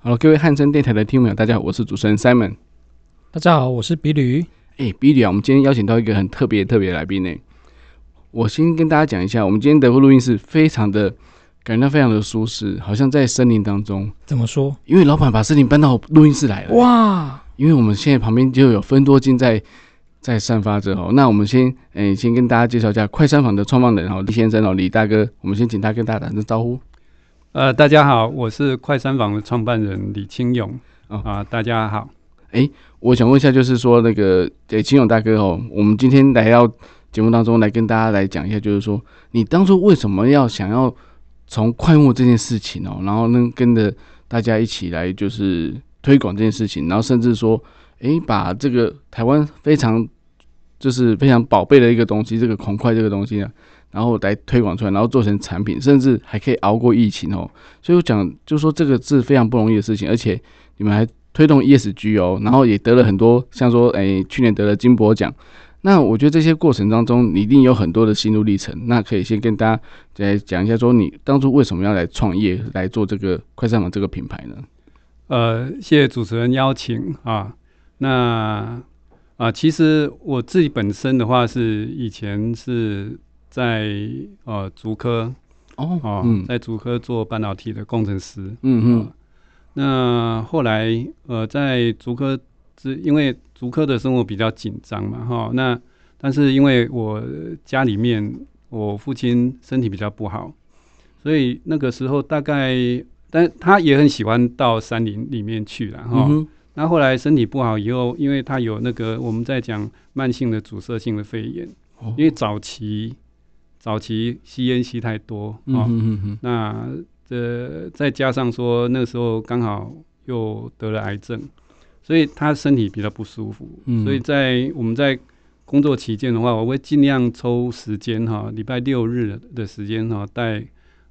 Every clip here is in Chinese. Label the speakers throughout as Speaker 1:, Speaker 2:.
Speaker 1: 好了，各位汉声电台的听众朋友，大家好，我是主持人 Simon。
Speaker 2: 大家好，我是比吕。
Speaker 1: 哎、b i l l y 啊，我们今天邀请到一个很特别特别的来宾呢。我先跟大家讲一下，我们今天的录音室非常的感觉到非常的舒适，好像在森林当中。
Speaker 2: 怎么说？
Speaker 1: 因为老板把森林搬到录音室来了，
Speaker 2: 哇，
Speaker 1: 因为我们现在旁边就有分多金在在散发着哦。那我们先哎、先跟大家介绍一下快餐坊的创办人哦，李先生哦，李大哥，我们先请他跟大家打声招呼。
Speaker 3: 呃，大家好，我是快三坊的创办人李清勇。
Speaker 1: 哦
Speaker 3: 啊、大家好。
Speaker 1: 我想问一下，就是说那个诶，秦勇大哥哦，我们今天来到节目当中来跟大家来讲一下，就是说你当初为什么要想要从快木这件事情哦，然后呢跟着大家一起来就是推广这件事情，然后甚至说，诶，把这个台湾非常就是非常宝贝的一个东西，这个恐快这个东西呢，然后来推广出来，然后做成产品，甚至还可以熬过疫情哦。所以我讲，就是说这个是非常不容易的事情，而且你们还推动 ESG 哦，然后也得了很多，像说，哎，去年得了金博奖。那我觉得这些过程当中，你一定有很多的心路历程。那可以先跟大家来讲一下，说你当初为什么要来创业，来做这个快餐坊这个品牌呢？
Speaker 3: 呃，谢谢主持人邀请啊。那啊，其实我自己本身的话是以前是在呃竹科
Speaker 1: 哦
Speaker 3: 啊，
Speaker 1: 嗯
Speaker 3: 在竹科做半导体的工程师。
Speaker 1: 嗯嗯，
Speaker 3: 啊那后来呃，在竹科之，因为竹科的生活比较紧张嘛，哈。那但是因为我家里面我父亲身体比较不好，所以那个时候大概，但他也很喜欢到山林里面去了，哈。
Speaker 1: 嗯哼，
Speaker 3: 那后来身体不好以后，因为他有那个我们在讲慢性的阻塞性的肺炎，
Speaker 1: 哦
Speaker 3: 因为早期早期吸烟吸太多啊、
Speaker 1: 嗯哼嗯哼，
Speaker 3: 那这再加上说那时候刚好又得了癌症，所以他身体比较不舒服，
Speaker 1: 嗯
Speaker 3: 所以在我们在工作期间的话，我会尽量抽时间哈，礼拜六日的时间哈，带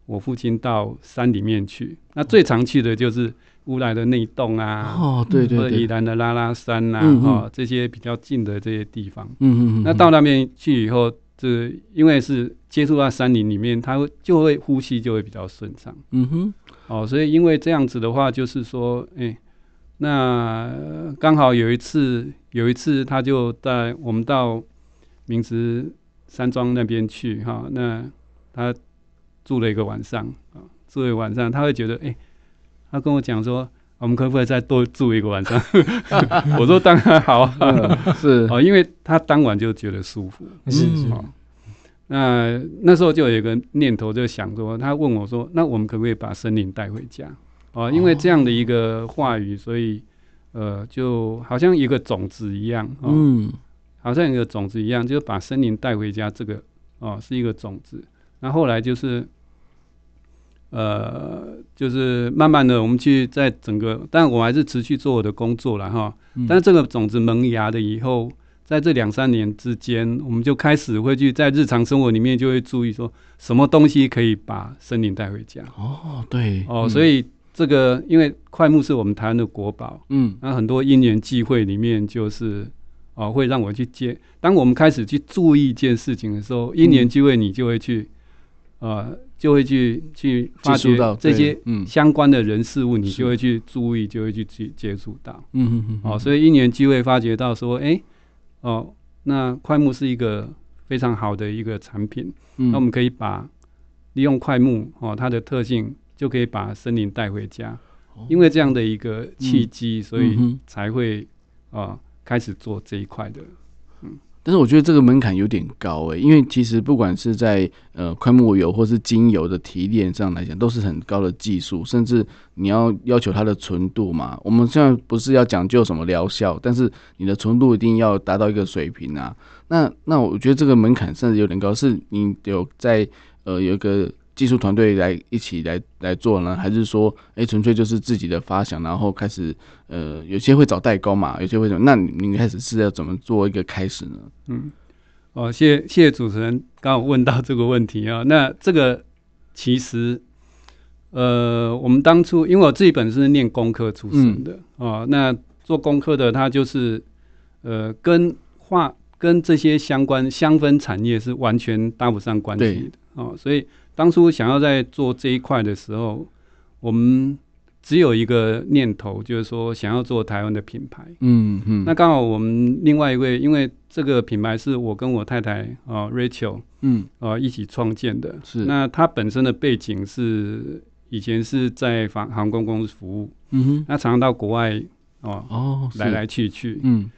Speaker 3: 我父亲到山里面去。那最常去的就是乌来的内洞啊，
Speaker 1: 哦，对对
Speaker 3: 或者
Speaker 1: 对，
Speaker 3: 宜兰的拉拉山呐、啊，
Speaker 1: 嗯
Speaker 3: 哈、
Speaker 1: 嗯
Speaker 3: 这些比较近的这些地方。
Speaker 1: 嗯嗯嗯，
Speaker 3: 那到那边去以后，这因为是接触到山林里面，它会就会呼吸就会比较顺畅
Speaker 1: 嗯哼，
Speaker 3: 哦，所以因为这样子的话，就是说，哎、那呃刚好有一次，有一次他就带我们到明池山庄那边去哈、那他住了一个晚上啊、住了一个晚上，他会觉得，哎、他跟我讲说，哦我们可不可以再多住一个晚上？ 我说当然好啊、
Speaker 1: 嗯是，
Speaker 3: 哦，因为他当晚就觉得舒服。
Speaker 2: 是是
Speaker 1: 嗯
Speaker 3: 哦，那那时候就有一个念头，就想说，他问我说，那我们可不可以把森林带回家？哦，因为这样的一个话语，所以呃，就好像一个种子一样，哦，
Speaker 1: 嗯
Speaker 3: 好像一个种子一样，就是把森林带回家，这个哦是一个种子。那后来就是，呃，就是慢慢的我们去在整个，但我还是持续做我的工作了哈。
Speaker 1: 嗯
Speaker 3: 但是这个种子萌芽了以后，在这两三年之间，我们就开始会去在日常生活里面就会注意说，什么东西可以把森林带回家。
Speaker 1: 哦对，
Speaker 3: 哦，所
Speaker 1: 以
Speaker 3: 以这个因为快木是我们台湾的国宝，
Speaker 1: 嗯
Speaker 3: 那很多因缘际会里面，就是哦，会让我去接。当我们开始去注意一件事情的时候，因缘际会你就会去，呃，就会去去发
Speaker 1: 接触
Speaker 3: 掘
Speaker 1: 到
Speaker 3: 这
Speaker 1: 对
Speaker 3: 些
Speaker 1: 嗯
Speaker 3: 相关的人事物，你
Speaker 1: 是
Speaker 3: 就会去注意，就会去去接触到。
Speaker 1: 嗯嗯嗯，
Speaker 3: 哦，所以因缘际会发觉到说，哎、哦，那快木是一个非常好的一个产品，
Speaker 1: 以
Speaker 3: 那我们可以把利用快木哦它的特性，就可以把森林带回家。
Speaker 1: 哦
Speaker 3: 因为这样的一个契机，
Speaker 1: 嗯
Speaker 3: 所以才会啊、开始做这一块的。
Speaker 1: 但是我觉得这个门槛有点高诶、因为其实不管是在呃快木油或是精油的提炼上来讲，都是很高的技术，甚至你要要求它的纯度嘛。我们现在不是要讲究什么疗效，但是你的纯度一定要达到一个水平啊。那那我觉得这个门槛甚至有点高，是你有在呃有一个技术团队来一起来来做呢，还是说，哎、纯粹就是自己的发想，然后开始，呃，有些会找代工嘛，有些会怎么？那你你开始是要怎么做一个开始呢？
Speaker 3: 嗯，哦，谢谢谢主持人刚好问到这个问题啊。那这个其实，呃，我们当初因为我自己本身是念工科出身的啊、哦，那做工科的他就是呃跟化跟这些相关香氛产业是完全搭不上关系的哦，所以当初想要在做这一块的时候，我们只有一个念头，就是说想要做台湾的品牌。
Speaker 1: 嗯嗯，
Speaker 3: 那刚好我们另外一位，因为这个品牌是我跟我太太啊、呃 Rachel
Speaker 1: 嗯
Speaker 3: 啊、呃一起创建的。
Speaker 1: 是
Speaker 3: 那她本身的背景是以前是在航航空公司服务，
Speaker 1: 嗯
Speaker 3: 那常常到国外哦、
Speaker 1: 哼，哦，
Speaker 3: 来
Speaker 1: 是，
Speaker 3: 来去去。
Speaker 1: 嗯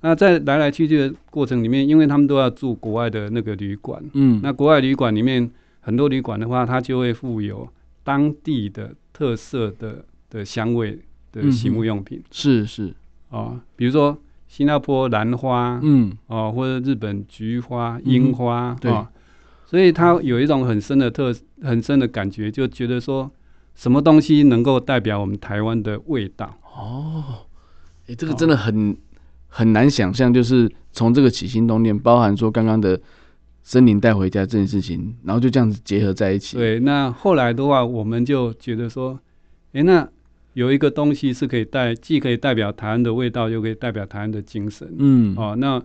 Speaker 3: 那在来来去去的过程里面，因为他们都要住国外的那个旅馆，
Speaker 1: 嗯，
Speaker 3: 那国外旅馆里面很多旅馆的话，它就会附有当地的特色的的香味的洗
Speaker 1: 嗯
Speaker 3: 沐
Speaker 1: 哼
Speaker 3: 用品
Speaker 1: 是是，
Speaker 3: 哦、比如说新加坡兰花，
Speaker 1: 嗯
Speaker 3: 哦，或者日本菊花、
Speaker 1: 嗯哼
Speaker 3: 樱花，
Speaker 1: 对
Speaker 3: 哦，所以它有一种很深的特、很深的感觉，就觉得说什么东西能够代表我们台湾的味道？
Speaker 1: 哦，哎、这个真的很、很难想象，就是从这个起心动念，包含说刚刚的森林带回家这件事情，然后就这样子结合在一起。，
Speaker 3: 对，那后来的话，我们就觉得说，诶，那有一个东西是可以代，既可以代表台湾的味道，又可以代表台湾的精神。
Speaker 1: 嗯，
Speaker 3: 哦，那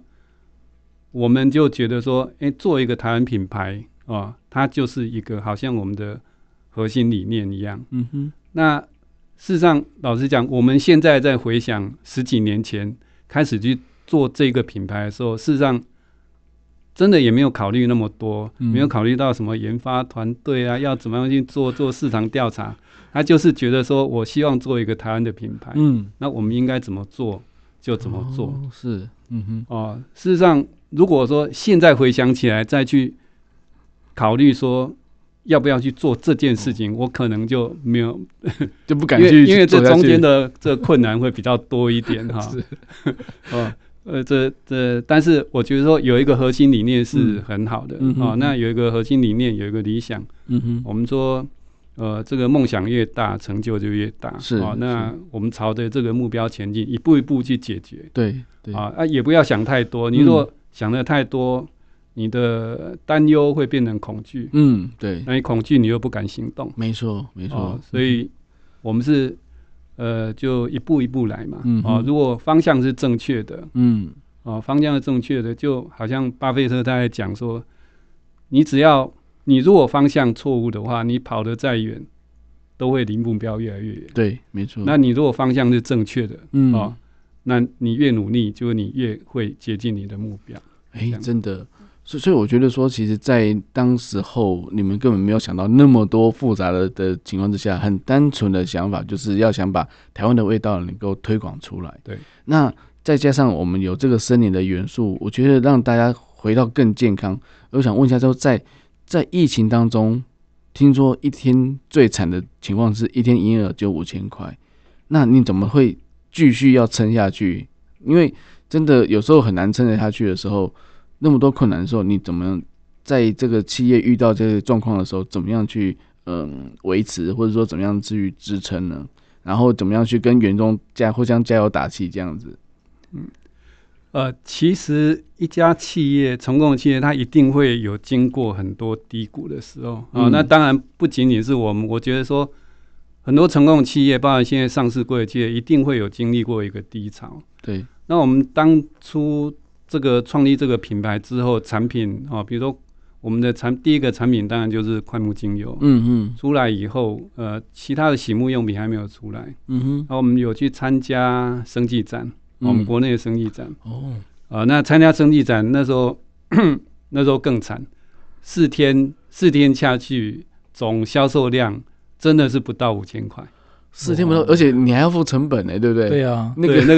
Speaker 3: 我们就觉得说，诶，做一个台湾品牌啊、哦，它就是一个好像我们的核心理念一样。
Speaker 1: 嗯哼，
Speaker 3: 那事实上，老实讲，我们现在在回想十几年前开始去做这个品牌的时候，事实上真的也没有考虑那么多，
Speaker 1: 嗯
Speaker 3: 没有考虑到什么研发团队啊，要怎么样去做做市场调查，他就是觉得说我希望做一个台湾的品牌，
Speaker 1: 嗯，
Speaker 3: 那我们应该怎么做就怎么做。
Speaker 1: 哦是，嗯哼，
Speaker 3: 哦，事实上，如果说现在回想起来再去考虑说要不要去做这件事
Speaker 1: 哦
Speaker 3: 情，我可能就没有
Speaker 1: 就不敢
Speaker 3: 因
Speaker 1: 去
Speaker 3: 为因为这
Speaker 1: 做下
Speaker 3: 中
Speaker 1: 去
Speaker 3: 间的这困难会比较多一点哈。 哦，呃，这这，但是我觉得说有一个核心理念是
Speaker 1: 嗯
Speaker 3: 很好的
Speaker 1: 嗯哼
Speaker 3: 哦
Speaker 1: 哼。
Speaker 3: 那有一个核心理念，有一个理想，
Speaker 1: 嗯哼，
Speaker 3: 我们说。呃，这个梦想越大，成就就越大。
Speaker 1: 是
Speaker 3: 哦，那
Speaker 1: 是
Speaker 3: 我们朝着这个目标前进，一步一步去解决。
Speaker 1: 对对，
Speaker 3: 啊啊，也不要想太多。你
Speaker 1: 嗯
Speaker 3: 如果想的太多，你的担忧会变成恐惧，
Speaker 1: 嗯对，
Speaker 3: 那你恐惧你又不敢行动，
Speaker 1: 没错没错嗯
Speaker 3: 哦，，所以我们是呃就一步一步来嘛。
Speaker 1: 嗯
Speaker 3: 哦
Speaker 1: 哼，
Speaker 3: 如果方向是正确的，
Speaker 1: 嗯
Speaker 3: 哦，方向是正确的，就好像巴菲特他在讲说，你只要你如果方向错误的话，你跑得再远，都会离目标越来越远。
Speaker 1: 对没错，
Speaker 3: 那你如果方向是正确的，
Speaker 1: 嗯
Speaker 3: 哦，那你越努力，就你越会接近你的目标。
Speaker 1: 哎、
Speaker 3: 这样
Speaker 1: 真的，所以所以我觉得说，其实，在当时候你们根本没有想到那么多复杂的的情况之下，很单纯的想法就是要想把台湾的味道能够推广出来。
Speaker 3: 对，
Speaker 1: 那再加上我们有这个森林的元素，我觉得让大家回到更健康。我想问一下，说在在疫情当中，听说一天最惨的情况是一天营业额就五千块，那你怎么会继续要撑下去？因为真的有时候很难撑得下去的时候，那么多困难的时候，你怎么样在这个企业遇到这个状况的时候，怎么样去嗯维持，或者说怎么样去支撑呢？然后怎么样去跟员工加互相加油打气这样子？
Speaker 3: 呃，其实一家企业成功的企业，它一定会有经过很多低谷的时候啊、
Speaker 1: 嗯
Speaker 3: 那当然不仅仅是我们，我觉得说很多成功的企业，包括现在上市贵的企业，一定会有经历过一个低潮。
Speaker 1: 对，
Speaker 3: 那我们当初这个创立这个品牌之后，产品啊、比如说我们的产第一个产品当然就是快木精油。
Speaker 1: 嗯嗯
Speaker 3: 出来以后，呃，其他的洗沐用品还没有出来。
Speaker 1: 嗯
Speaker 3: 然后我们有去参加生技展，哦我们国内的生技展。
Speaker 1: 哼，哦，
Speaker 3: 啊，那参加生技展那时候，那时候更惨，四天四天下去，总销售量真的是不到五千块。
Speaker 1: 四天不到，
Speaker 2: 哇
Speaker 1: 而且你还要付成本呢、对不对？
Speaker 2: 对啊，
Speaker 1: 那个
Speaker 3: 对那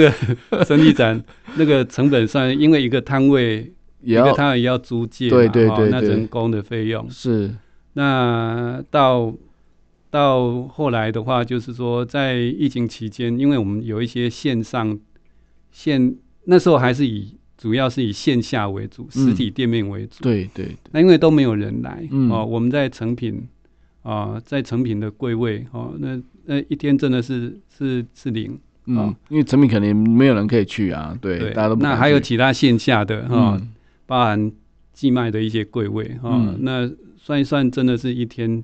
Speaker 3: 个生技展那个成本算，因为一个摊位，
Speaker 1: 也
Speaker 3: 一
Speaker 1: 要
Speaker 3: 个摊位也要租借嘛，
Speaker 1: 对对
Speaker 3: 哦
Speaker 1: 对
Speaker 3: 那
Speaker 1: 对
Speaker 3: 人工的费用。
Speaker 1: 是，
Speaker 3: 那到到后来的话，就是说在疫情期间，因为我们有一些线上线，那时候还是以主要是以线下为主，
Speaker 1: 嗯
Speaker 3: 实体店面为主。
Speaker 1: 对对，
Speaker 3: 那因为都没有人来、
Speaker 1: 嗯
Speaker 3: 哦，我们在成品啊、在成品的柜位哦，那那一天真的是是是零。
Speaker 1: 嗯
Speaker 3: 哦，
Speaker 1: 因为成品可能没有人可以去啊，对，
Speaker 3: 对，
Speaker 1: 大家都不
Speaker 3: 那
Speaker 1: 敢
Speaker 3: 还有
Speaker 1: 去
Speaker 3: 其他线下的哈、哦
Speaker 1: 嗯
Speaker 3: 包含寄卖的一些柜位哈、哦
Speaker 1: 嗯
Speaker 3: 那算一算，真的是一天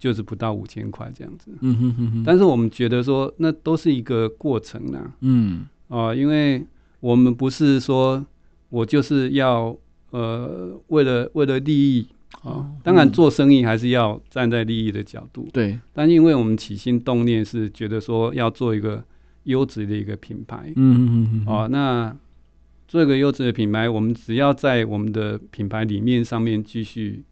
Speaker 3: 就是不到五千块这样子。
Speaker 1: 嗯哼哼哼，
Speaker 3: 但是我们觉得说，那都是一个过程啦、
Speaker 1: 嗯
Speaker 3: 啊、因为我们不是说我就是要呃，为了为了利益啊、
Speaker 1: 哦
Speaker 3: 当
Speaker 1: 嗯
Speaker 3: 然做生意还是要站在利益的角度，
Speaker 1: 对，
Speaker 3: 但因为我们起心动念是觉得说要做一个优质的一个品牌
Speaker 1: 嗯嗯嗯
Speaker 3: 啊、那做一个优质的品牌，我们只要在我们的品牌理念上面继续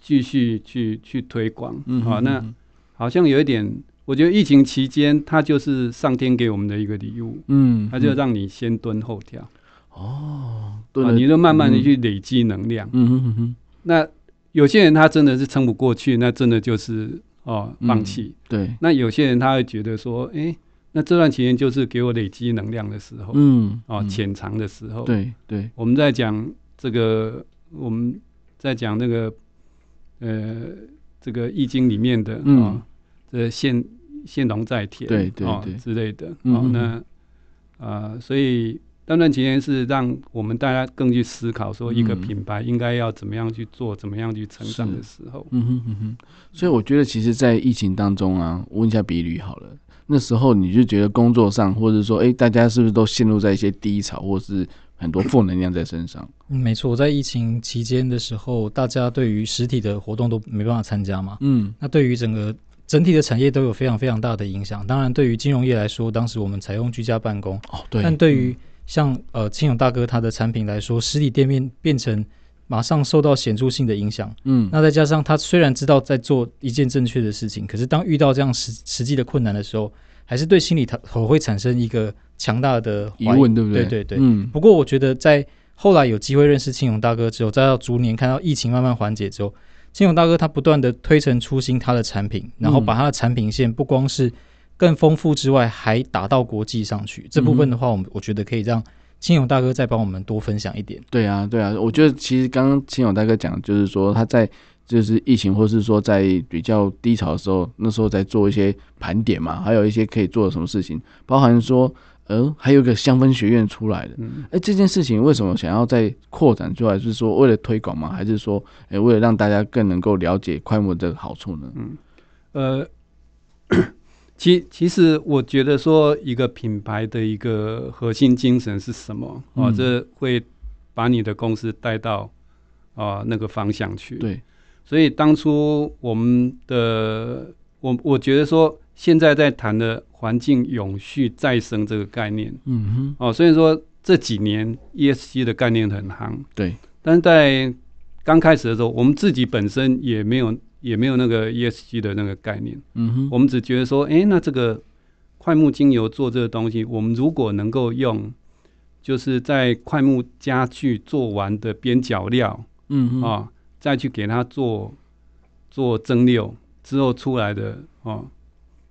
Speaker 3: 继续去去推广啊、
Speaker 1: 嗯哼
Speaker 3: 那
Speaker 1: 哼哼
Speaker 3: 好像有一点，我觉得疫情期间它就是上天给我们的一个礼物。
Speaker 1: 嗯，
Speaker 3: 它就
Speaker 1: 嗯
Speaker 3: 让你先蹲后跳，
Speaker 1: 对
Speaker 3: 啊，
Speaker 1: 了，
Speaker 3: 你就慢慢的
Speaker 1: 嗯
Speaker 3: 去累积能量。
Speaker 1: 嗯哼哼哼，
Speaker 3: 那有些人他真的是撑不过去，那真的就是哦
Speaker 1: 嗯
Speaker 3: 放弃。
Speaker 1: 对，
Speaker 3: 那有些人他会觉得说，诶，那这段期间就是给我累积能量的时候，
Speaker 1: 嗯，
Speaker 3: 哦
Speaker 1: 嗯，
Speaker 3: 潜藏的时候。，
Speaker 1: 对对，
Speaker 3: 我们在讲这个，我们在讲那个，呃，这个易经里面的啊、
Speaker 1: 嗯
Speaker 3: 哦，这现现龙在田，
Speaker 1: 对对
Speaker 3: 哦
Speaker 1: 对
Speaker 3: 之类的。
Speaker 1: 嗯
Speaker 3: 哦
Speaker 1: 嗯，
Speaker 3: 那呃，所以当然期间是让我们大家更去思考，说一个
Speaker 1: 嗯
Speaker 3: 品牌应该要怎么样去做，怎么样去成长的时候，
Speaker 1: 嗯哼哼哼，所以我觉得其实，在疫情当中啊，我问一下比率好了，那时候你就觉得工作上，或者说，哎、大家是不是都陷入在一些低潮，或是很多负能量在身上？
Speaker 2: 嗯，没错，在疫情期间的时候，大家对于实体的活动都没办法参加嘛，
Speaker 1: 嗯
Speaker 2: 那对于整个整体的产业都有非常非常大的影响。当然，对于金融业来说，当时我们采用居家办公，
Speaker 1: 哦，对，
Speaker 2: 但对于像呃青勇大哥他的产品来说，实体店面变成马上受到显著性的影响。
Speaker 1: 嗯
Speaker 2: 那再加上他虽然知道在做一件正确的事情，可是当遇到这样实实际的困难的时候，还是对心里头会产生一个强大的
Speaker 1: 疑
Speaker 2: 怀
Speaker 1: 问对不
Speaker 2: 对
Speaker 1: 对
Speaker 2: 对对。
Speaker 1: 嗯
Speaker 2: 不过我觉得在后来有机会认识青勇大哥之后，再到逐年看到疫情慢慢缓解之后，青勇大哥他不断的推陈出新他的产品，然
Speaker 1: 嗯
Speaker 2: 后把他的产品线不光是更丰富之外，还打到国际上去。这部分的话，我们我觉得可以让青勇大哥再帮我们多分享一点。
Speaker 1: 对啊，对啊，我觉得其实刚刚亲友大哥讲，就是说他在就是疫情或是说在比较低潮的时候，那时候在做一些盘点嘛，还有一些可以做的什么事情，包含说，呃，还有一个香氛学院出来的。
Speaker 3: 嗯，
Speaker 1: 哎，这件事情为什么想要再扩展出来？是说为了推广吗？还是说，哎，为了让大家更能够了解快木的好处呢？
Speaker 3: 嗯呃， 其其实我觉得说一个品牌的一个核心精神是什么啊、哦
Speaker 1: 嗯
Speaker 3: 这会把你的公司带到啊、那个方向去。，
Speaker 1: 对，
Speaker 3: 所以当初我们的我我觉得说现在在谈的环境永续再生这个概念
Speaker 1: 嗯哼，
Speaker 3: 哦，虽然说这几年 ESG 的概念很夯，
Speaker 1: 对，
Speaker 3: 但是在刚开始的时候，我们自己本身也没有也没有那个 ESG 的那个概念。
Speaker 1: 嗯哼，
Speaker 3: 我们只觉得说，诶，那这个快木精油做这个东西，我们如果能够用，就是在快木家具做完的边角料
Speaker 1: 嗯
Speaker 3: 啊、
Speaker 1: 哼，
Speaker 3: 再去给它做做蒸馏之后出来的哦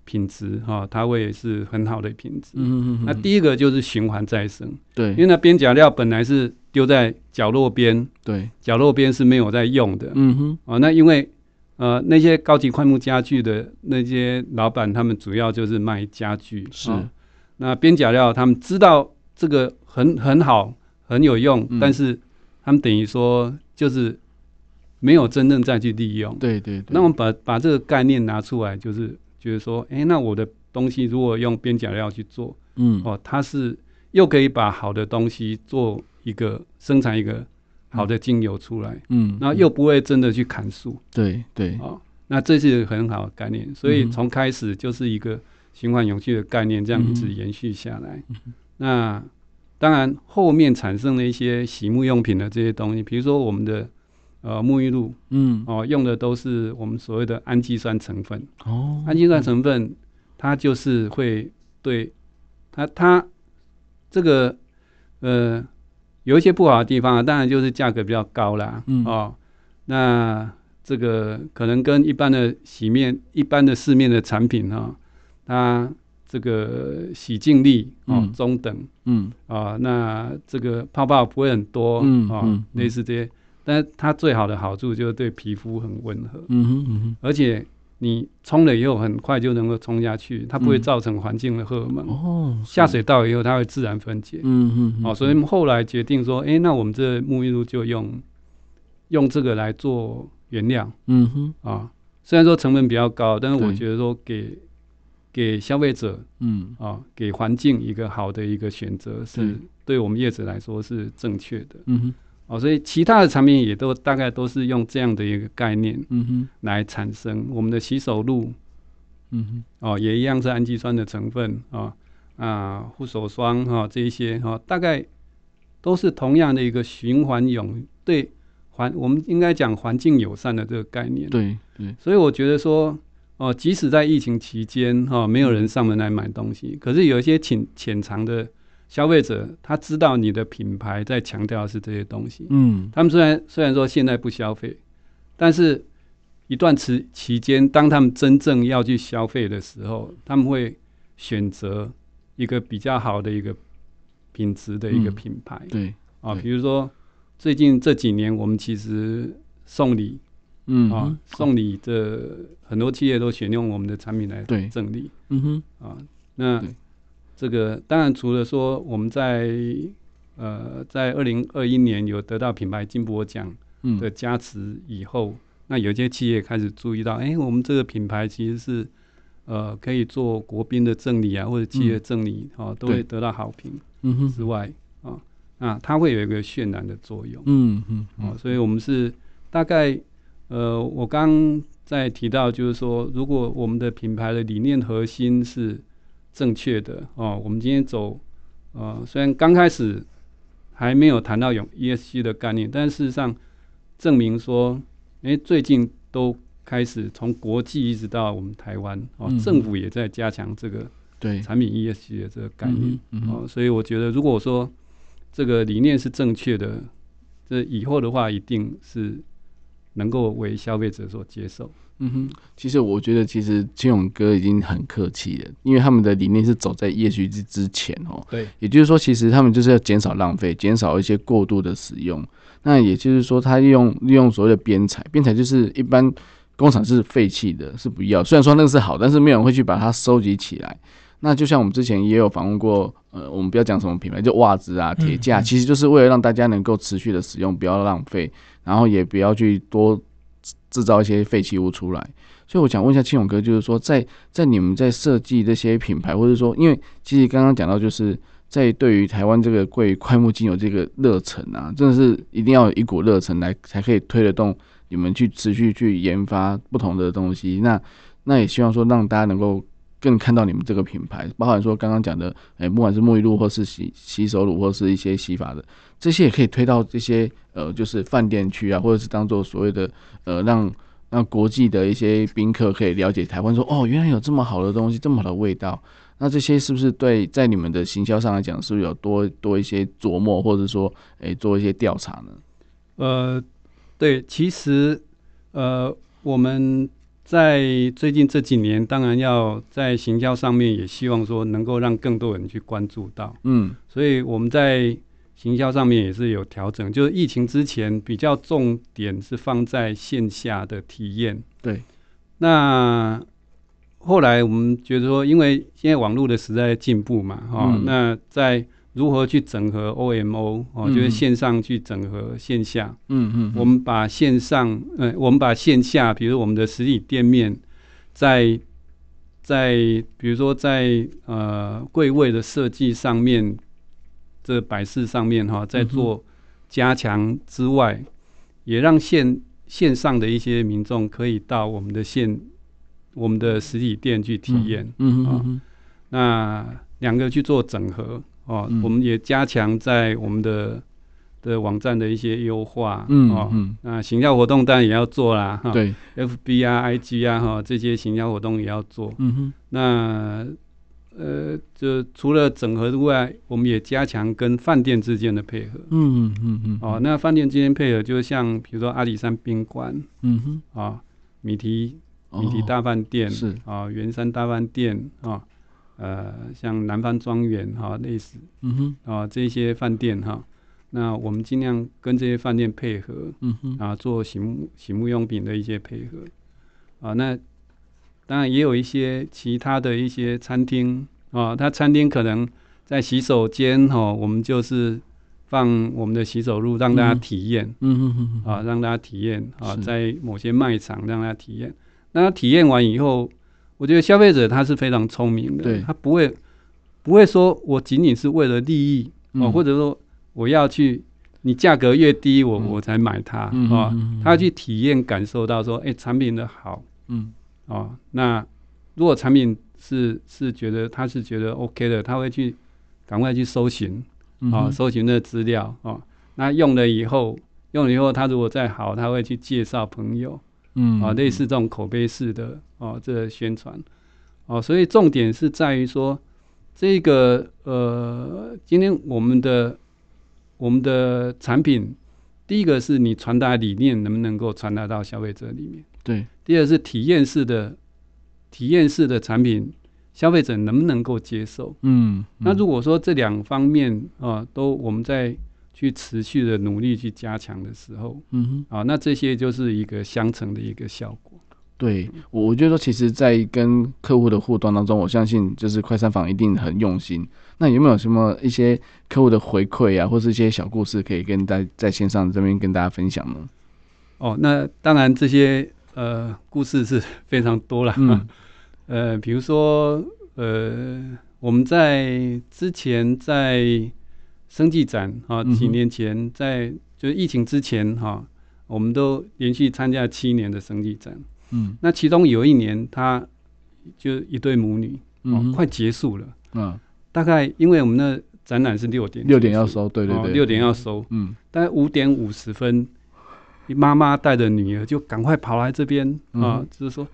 Speaker 3: 品质哈、哦它会是很好的品质。
Speaker 1: 嗯哼哼，
Speaker 3: 那第一个就是循环再生，因为
Speaker 1: 对，
Speaker 3: 那边角料本来是丢在角落边，
Speaker 1: 对，
Speaker 3: 角落边是没有在用的，
Speaker 1: 嗯哼，
Speaker 3: 哦，那因为呃那些高级快木家具的那些老板，他们主要就是卖家具，
Speaker 1: 是，
Speaker 3: 哦那边角料他们知道这个很很好，很有用，
Speaker 1: 嗯
Speaker 3: 但是他们等于说就是没有真正再去利用。
Speaker 1: 对对对，
Speaker 3: 那我们把把这个概念拿出来，就是觉得说，哎、那我的东西如果用边角料去做，
Speaker 1: 嗯，
Speaker 3: 哦，它是又可以把好的东西做一个生产一个好的精油出来，
Speaker 1: 嗯，
Speaker 3: 然后又不会真的去砍树。
Speaker 1: 对对，
Speaker 3: 哦，那这是很好的概念，所以
Speaker 1: 嗯哼
Speaker 3: 从开始就是一个循环永续的概念，这样一
Speaker 1: 嗯
Speaker 3: 直延续下来。那当然后面产生了一些洗沐用品的这些东西，比如说我们的呃沐浴露
Speaker 1: 嗯，
Speaker 3: 哦，用的都是我们所谓的氨基酸成分。
Speaker 1: 哦，
Speaker 3: 氨基酸成分它就是会对它它这个呃有一些不好的地方啊，当然就是价格比较高啦，
Speaker 1: 嗯
Speaker 3: 哦，那这个可能跟一般的洗面、一般的市面的产品啊、它这个洗净力哦、
Speaker 1: 嗯
Speaker 3: 中等哦
Speaker 1: 嗯，
Speaker 3: 啊、那这个泡泡不会很多啊、
Speaker 1: 嗯
Speaker 3: 哦
Speaker 1: 嗯嗯
Speaker 3: 类似这些但是它最好的好处就是对皮肤很温和，
Speaker 1: 嗯哼嗯哼。
Speaker 3: 而且你冲了以后很快就能够冲下去，它不会
Speaker 1: 嗯
Speaker 3: 造成环境的荷尔蒙。
Speaker 1: 哦，是
Speaker 3: 下，水道以后它会自然分解。
Speaker 1: 嗯嗯，
Speaker 3: 哦，所以我们后来决定说，哎、那我们这沐浴露就用用这个来做原料
Speaker 1: 嗯哼，
Speaker 3: 啊。虽然说成本比较高，但是我
Speaker 1: 对
Speaker 3: 觉得说给给消费者
Speaker 1: 嗯，
Speaker 3: 啊，给环境一个好的一个选择，是
Speaker 1: 对
Speaker 3: 对我们业者来说是正确的
Speaker 1: 嗯哼，
Speaker 3: 哦。所以其他的产品也都大概都是用这样的一个概念
Speaker 1: 嗯哼，
Speaker 3: 来产生。我们的洗手露
Speaker 1: 嗯哼，
Speaker 3: 哦，也一样是氨基酸的成分啊啊，护手霜哈、这一些哈、大概都是同样的一个循环永对环，我们应该讲环境友善的这个概念。
Speaker 1: 对对，
Speaker 3: 所以我觉得说，哦，即使在疫情期间哈、没有人上门来买东西，可是有一些潜潜藏的消费者，他知道你的品牌在强调的是这些东西。
Speaker 1: 嗯
Speaker 3: 他们虽然虽然说现在不消费，但是一段期期间，当他们真正要去消费的时候，他们会选择一个比较好的一个品质的一个
Speaker 1: 嗯
Speaker 3: 品牌、
Speaker 1: 对，
Speaker 3: 啊，
Speaker 1: 对
Speaker 3: 比如说最近这几年，我们其实送礼
Speaker 1: 嗯
Speaker 3: 啊，
Speaker 1: 哼，
Speaker 3: 送礼的很多企业都选用我们的产品来
Speaker 1: 对
Speaker 3: 赠礼
Speaker 1: 嗯哼，
Speaker 3: 啊。那
Speaker 1: 对
Speaker 3: 这个当然除了说我们在呃在二零二一年有得到品牌金箔奖
Speaker 1: 嗯，
Speaker 3: 的，加持以后，那有些企业开始注意到，哎、我们这个品牌其实是呃可以做国宾的赠礼啊，或者企业赠礼啊，都
Speaker 1: 嗯
Speaker 3: 会
Speaker 1: 对
Speaker 3: 得到好评
Speaker 1: 嗯哼，
Speaker 3: 之外啊，那它会有一个渲染的作用。
Speaker 1: 嗯嗯，
Speaker 3: 哦，
Speaker 1: 嗯
Speaker 3: 所以我们是大概呃，我刚在提到就是说，如果我们的品牌的理念核心是正确的哦，我们今天走呃，虽然刚开始还没有谈到有 ESG 的概念，但事实上证明说，诶，最近都开始从国际一直到我们台湾哦，
Speaker 1: 嗯
Speaker 3: 政府也在加强这个
Speaker 1: 对，
Speaker 3: 产品 ESG 的这个概念。
Speaker 1: 嗯哼，嗯
Speaker 3: 哦，
Speaker 1: 哼，
Speaker 3: 所以我觉得如果说这个理念是正确的，这以后的话一定是能够为消费者所接受。
Speaker 1: 嗯哼。其实我觉得，其实青勇哥已经很客气了，因为他们的理念是走在业绩之之前哦，
Speaker 3: 对，
Speaker 1: 也就是说，其实他们就是要减少浪费，减少一些过度的使用。那也就是说，他利用利用所谓的编采，编采就是一般工厂是废弃的，是不要。虽然说那个是好，但是没有人会去把它收集起来。那就像我们之前也有访问过，呃，我们不要讲什么品牌，就袜子啊、铁架，
Speaker 2: 嗯嗯
Speaker 1: 其实就是为了让大家能够持续的使用，不要浪费，然后也不要去多制造一些废弃物出来。所以我想问一下青勇哥，就是说，在在你们在设计这些品牌，或者说，因为其实刚刚讲到，就是在对于台湾这个对于快木精油这个热忱啊，真的是一定要有一股热忱来才可以推得动你们去持续去研发不同的东西。那那也希望说让大家能够更看到你们这个品牌，包含说刚刚讲的，哎、不管是沐浴露或是洗洗手乳或是一些洗发的，这些也可以推到这些呃，就是饭店去啊，或者是当做所谓的呃让。让国际的一些宾客可以了解台湾说，哦，原来有这么好的东西，这么好的味道。那这些是不是对在你们的行销上来讲，是不是有多多一些琢磨，或者说，哎、做一些调查呢？
Speaker 3: 呃，对，其实呃，我们在最近这几年，当然要在行销上面也希望说能够让更多人去关注到，
Speaker 1: 嗯，
Speaker 3: 所以我们在。行销上面也是有调整，就是疫情之前比较重点是放在线下的体验，
Speaker 1: 对，
Speaker 3: 那后来我们觉得说，因为现在网络的时代进步嘛，哈、哦
Speaker 1: 嗯
Speaker 3: 那在如何去整合 OMO 哦，
Speaker 1: 嗯
Speaker 3: 就是线上去整合线下，
Speaker 1: 嗯嗯，
Speaker 3: 我们把线上，呃，我们把线下，比如我们的实体店面，在在比如说在呃柜位的设计上面，这摆饰上面哈、在
Speaker 1: 嗯哼
Speaker 3: 做加强之外，也让线线上的一些民众可以到我们的线我们的实体店去体验，
Speaker 1: 嗯嗯
Speaker 3: 啊
Speaker 1: 嗯嗯
Speaker 3: 那两个去做整合哦，
Speaker 1: 嗯
Speaker 3: 我们也加强在我们的的网站的一些优化，
Speaker 1: 嗯
Speaker 3: 哦。
Speaker 1: 嗯
Speaker 3: 那行销活动当然也要做啦，哈
Speaker 1: 嗯，对，
Speaker 3: ，FB 啊、IG 啊，哈，这些行销活动也要做。
Speaker 1: 嗯哼，
Speaker 3: 那呃，就除了整合之外，我们也加强跟饭店之间的配合。
Speaker 1: 嗯嗯嗯，
Speaker 3: 哦，，那饭店之间配合，就像比如说阿里山宾馆
Speaker 1: 嗯哼，
Speaker 3: 啊、米提
Speaker 1: 哦
Speaker 3: 米提大饭店、
Speaker 1: 是
Speaker 3: 啊、圆山大饭店啊、呃，像南方庄园哈、类似哦
Speaker 1: 嗯哼，
Speaker 3: 啊、这些饭店哈、那我们尽量跟这些饭店配合，
Speaker 1: 嗯哼，
Speaker 3: 啊，做醒目醒目用品的一些配合啊。那当然也有一些其他的一些餐厅啊，它餐厅可能在洗手间哦，我们就是放我们的洗手露让大家
Speaker 1: 嗯
Speaker 3: 体验、
Speaker 1: 嗯哼哼哼，
Speaker 3: 啊，让大家体验啊，
Speaker 1: 是
Speaker 3: 在某些卖场让大家体验。那他体验完以后，我觉得消费者他是非常聪明的
Speaker 1: 对，
Speaker 3: 他不会不会说我仅仅是为了利益哦，
Speaker 1: 嗯
Speaker 3: 或者说我要去你价格越低我、
Speaker 1: 嗯
Speaker 3: 我才买它
Speaker 1: 嗯
Speaker 3: 啊
Speaker 1: 嗯嗯嗯，
Speaker 3: 他要去体验感受到说，哎、产品的好
Speaker 1: 嗯
Speaker 3: 啊。那如果产品是是觉得他是觉得 OK 的，他会去赶快去搜寻，
Speaker 1: 嗯
Speaker 3: 啊，
Speaker 1: 哼
Speaker 3: 搜寻的资料啊。那用了以后，用了以后，他如果再好，他会去介绍朋友
Speaker 1: 嗯
Speaker 3: 啊，类似这种口碑式的哦、这个宣传哦、所以重点是在于说，这个呃，今天我们的我们的产品，第一个是你传达理念能不能够传达到消费者里面，
Speaker 1: 对，
Speaker 3: 第二是体验式的体验式的产品，消费者能不能够接受？
Speaker 1: 嗯，
Speaker 3: 那
Speaker 1: 嗯
Speaker 3: 如果说这两方面啊，都我们在去持续的努力去加强的时候
Speaker 1: 嗯哼。
Speaker 3: 啊，那这些就是一个相乘的一个效果。
Speaker 1: 对我，我觉得说，其实，在跟客户的互动当中，我相信就是快餐房一定很用心。那有没有什么一些客户的回馈啊，或是一些小故事可以跟在在线上这边跟大家分享 呢？
Speaker 3: 哦，那当然这些呃故事是非常多了，
Speaker 1: 嗯
Speaker 3: 呃，比如说呃，我们在之前在生技展啊，
Speaker 1: 嗯哼
Speaker 3: 几年前在就是疫情之前哈、我们都连续参加七年的生技展，
Speaker 1: 嗯
Speaker 3: 那其中有一年，他就一对母女。哦，
Speaker 1: 嗯，
Speaker 3: 快结束了，
Speaker 1: 嗯，
Speaker 3: 大概因为我们那展览是六点，
Speaker 1: 六点要，收，对对对，
Speaker 3: 哦六、6点要收，
Speaker 1: 嗯
Speaker 3: 大概五点五十分，妈妈带着女儿就赶快跑来这边
Speaker 1: 嗯
Speaker 3: 啊、
Speaker 1: 哼
Speaker 3: 就是说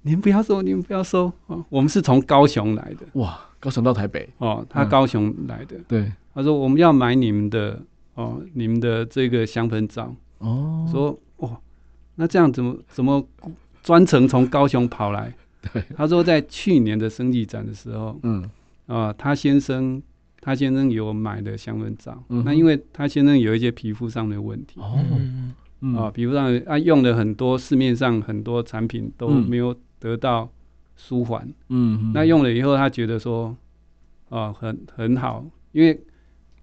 Speaker 3: 您不要收，您不要收啊，我们是从高雄来的
Speaker 1: 哇，高雄到台北，
Speaker 3: 哦，他
Speaker 1: 嗯
Speaker 3: 高雄来的，
Speaker 1: 对
Speaker 3: 他说我们要买你们的哦，你们的这个香氛皂，
Speaker 1: 哦，
Speaker 3: 说哦，那这样怎么怎么专程从高雄跑来？
Speaker 1: 对，
Speaker 3: 他说在去年的生意展的时候，
Speaker 1: 嗯
Speaker 3: 啊，他先生，他先生有买的香氛皂，
Speaker 1: 嗯哼
Speaker 3: 那因为他先生有一些皮肤上的问题，
Speaker 1: 哦
Speaker 2: 嗯
Speaker 1: 嗯
Speaker 3: 啊，皮肤上的啊用了很多市面上很多产品都
Speaker 1: 嗯
Speaker 3: 没有得到舒缓，
Speaker 1: 嗯，
Speaker 3: 那用了以后他觉得说，啊，很很好，因为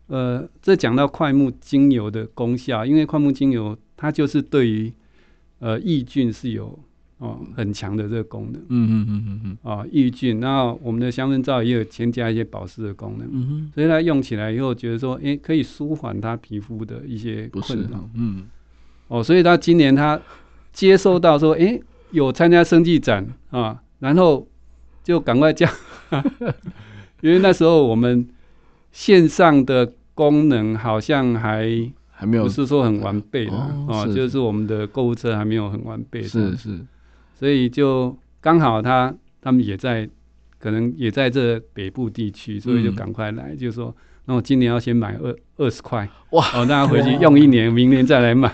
Speaker 3: 呃，这讲到快木精油的功效，因为快木精油它就是对于呃抑菌是有哦很强的这个功能
Speaker 1: 嗯嗯嗯嗯
Speaker 3: 啊，抑菌，那我们的香氛皂也有添加一些保湿的功能。
Speaker 1: 嗯嗯，
Speaker 3: 所以他用起来以后，觉得说，诶，可以舒缓他皮肤的一些
Speaker 1: 不是
Speaker 3: 困扰，
Speaker 1: 嗯
Speaker 3: 哦，所以他今年他接受到说，诶，有参加生技展啊，然后就赶快叫， 因为那时候我们线上的功能好像还
Speaker 1: 还没有
Speaker 3: 不是说很完备的
Speaker 1: 哦
Speaker 3: 啊，
Speaker 1: 是
Speaker 3: 就是我们的购物车还没有很完备，啊
Speaker 1: 是，是
Speaker 3: 所以就刚好他他们也在，可能也在这北部地区，所以就
Speaker 1: 嗯
Speaker 3: 赶快来，就说那我今年要先买二二十块，
Speaker 1: 哇
Speaker 3: 哦，大家回去
Speaker 2: 哇
Speaker 3: 用一年，明年再来买，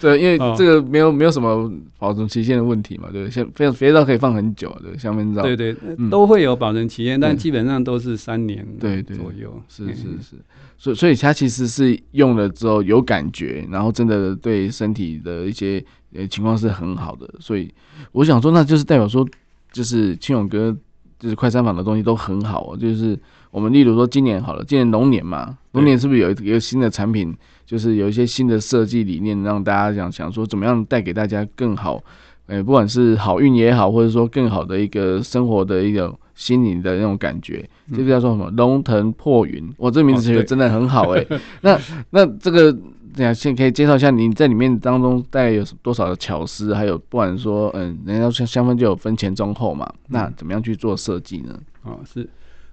Speaker 1: 对，因为
Speaker 3: 哦
Speaker 1: 这个没有没有什么保存期限的问题嘛，对，像肥肥皂可以放很久，啊对，香氛皂，
Speaker 3: 对对，
Speaker 1: 嗯
Speaker 3: 都会有保存期限，但
Speaker 1: 对
Speaker 3: 基本上都是三年
Speaker 1: 对对
Speaker 3: 左右，
Speaker 1: 是
Speaker 3: 嗯
Speaker 1: 是是，所以所以它其实是用了之后有感觉，然后真的对身体的一些呃情况是很好的，所以我想说，那就是代表说，就是青勇哥就是快餐坊的东西都很好哦，就是我们例如说今年好了，今年龙年嘛，龙年是不是有一有新的产品，就是有一些新的设计理念，让大家想想说怎么样带给大家更好。呃，不管是好运也好，或者说更好的一个生活的一种心灵的那种感觉，
Speaker 3: 嗯
Speaker 1: 这个叫做什么？龙腾破云，我这名字
Speaker 3: 哦
Speaker 1: 觉得
Speaker 3: 对
Speaker 1: 真的很好哎、 那那这个，等下先可以介绍一下你在里面当中大概有多少的巧思，还有不管说，嗯，人家香香氛就有分前中后
Speaker 3: 嗯
Speaker 1: 嘛，那怎么样去做设计呢？
Speaker 3: 哦是。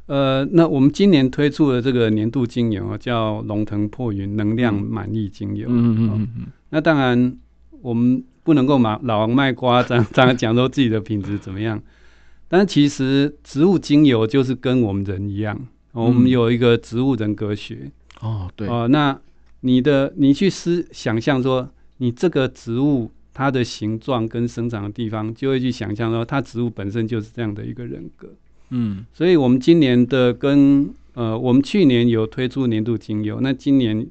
Speaker 3: 呃，那我们今年推出的这个年度精油啊叫龙腾破云能量
Speaker 1: 嗯
Speaker 3: 满意精油。
Speaker 1: 嗯
Speaker 3: 哦
Speaker 1: 嗯嗯
Speaker 3: 那当然，我们不能够马老王卖瓜， 这样这样讲说自己的品质怎么样。但其实植物精油就是跟我们人一样，哦我们
Speaker 1: 嗯
Speaker 3: 有一个植物人格学
Speaker 1: 嗯，哦对，
Speaker 3: 哦、那你的你去思想象说，你这个植物它的形状跟生长的地方，就会去想象说，它植物本身就是这样的一个人格。
Speaker 1: 嗯
Speaker 3: 所以我们今年的跟呃，我们去年有推出年度精油，那今年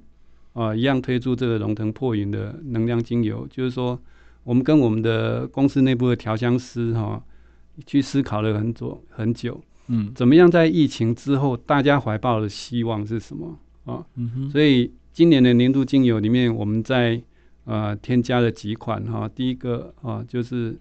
Speaker 3: 啊、一样推出这个龙腾破云的能量精油，就是说我们跟我们的公司内部的调香师哈、去思考了很久很久，
Speaker 1: 嗯
Speaker 3: 怎么样在疫情之后大家怀抱的希望是什么啊？
Speaker 1: 嗯哼，
Speaker 3: 所以今年的年度精油里面，我们在呃添加了几款哈、第一个啊、就是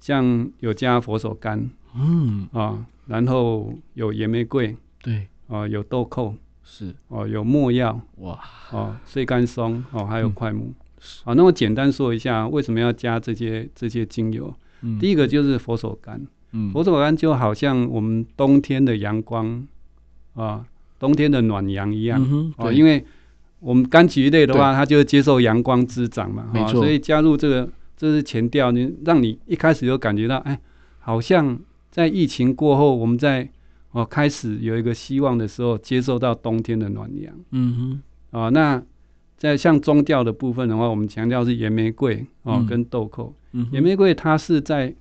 Speaker 3: 像有加佛手柑
Speaker 1: 嗯
Speaker 3: 啊、然后有野玫瑰
Speaker 1: 对
Speaker 3: 啊、有豆蔻
Speaker 1: 是
Speaker 3: 哦、有没药
Speaker 1: 哇
Speaker 3: 哦、碎干松哦、还有
Speaker 1: 嗯
Speaker 3: 快木。啊
Speaker 1: 是
Speaker 3: 好，那我简单说一下为什么要加这些这些精油。
Speaker 1: 嗯
Speaker 3: 第一个就是佛手柑，
Speaker 1: 嗯
Speaker 3: 佛手柑就好像我们冬天的阳光啊，冬天的暖阳一样。
Speaker 1: 嗯哼
Speaker 3: 哦，
Speaker 1: 对
Speaker 3: 因为我们柑橘类的话，它就是接受阳光滋长嘛，
Speaker 1: 没
Speaker 3: 哦
Speaker 1: 错
Speaker 3: 所以加入这个这是前调，你让你一开始就感觉到，哎，好像在疫情过后，我们在哦开始有一个希望的时候，接受到冬天的暖阳
Speaker 1: 嗯哼
Speaker 3: 啊、哦那在像中调的部分的话，我们强调是野玫瑰哦、
Speaker 1: 嗯
Speaker 3: 跟豆蔻，
Speaker 1: 嗯哼
Speaker 3: 野玫瑰它是在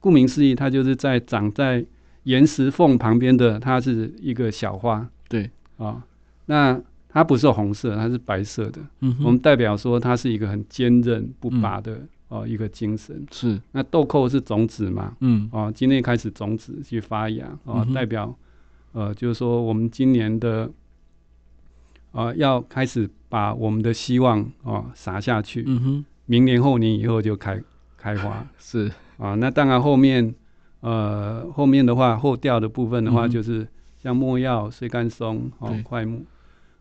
Speaker 3: 顾名思义，它就是在长在岩石缝旁边的，它是一个小花。
Speaker 1: 对
Speaker 3: 啊、那它不是红色，它是白色的。
Speaker 1: 嗯
Speaker 3: 我们
Speaker 1: 哼嗯
Speaker 3: 代表说它是一个很坚韧不拔的哦、一个精神。
Speaker 1: 是
Speaker 3: 那豆蔻是种子嘛？
Speaker 1: 嗯
Speaker 3: 哦，今天开始种子去发芽哦
Speaker 1: 嗯，哼
Speaker 3: 代表呃，就是说我们今年的呃要开始把我们的希望哦撒下去，
Speaker 1: 嗯哼
Speaker 3: 明年后年以后就开开花。
Speaker 1: 是
Speaker 3: 啊，那当然后面呃后面的话后调的部分的
Speaker 1: 嗯
Speaker 3: 话，
Speaker 1: 哼
Speaker 3: 就是像墨药、碎干松、哦
Speaker 1: 对
Speaker 3: 快木。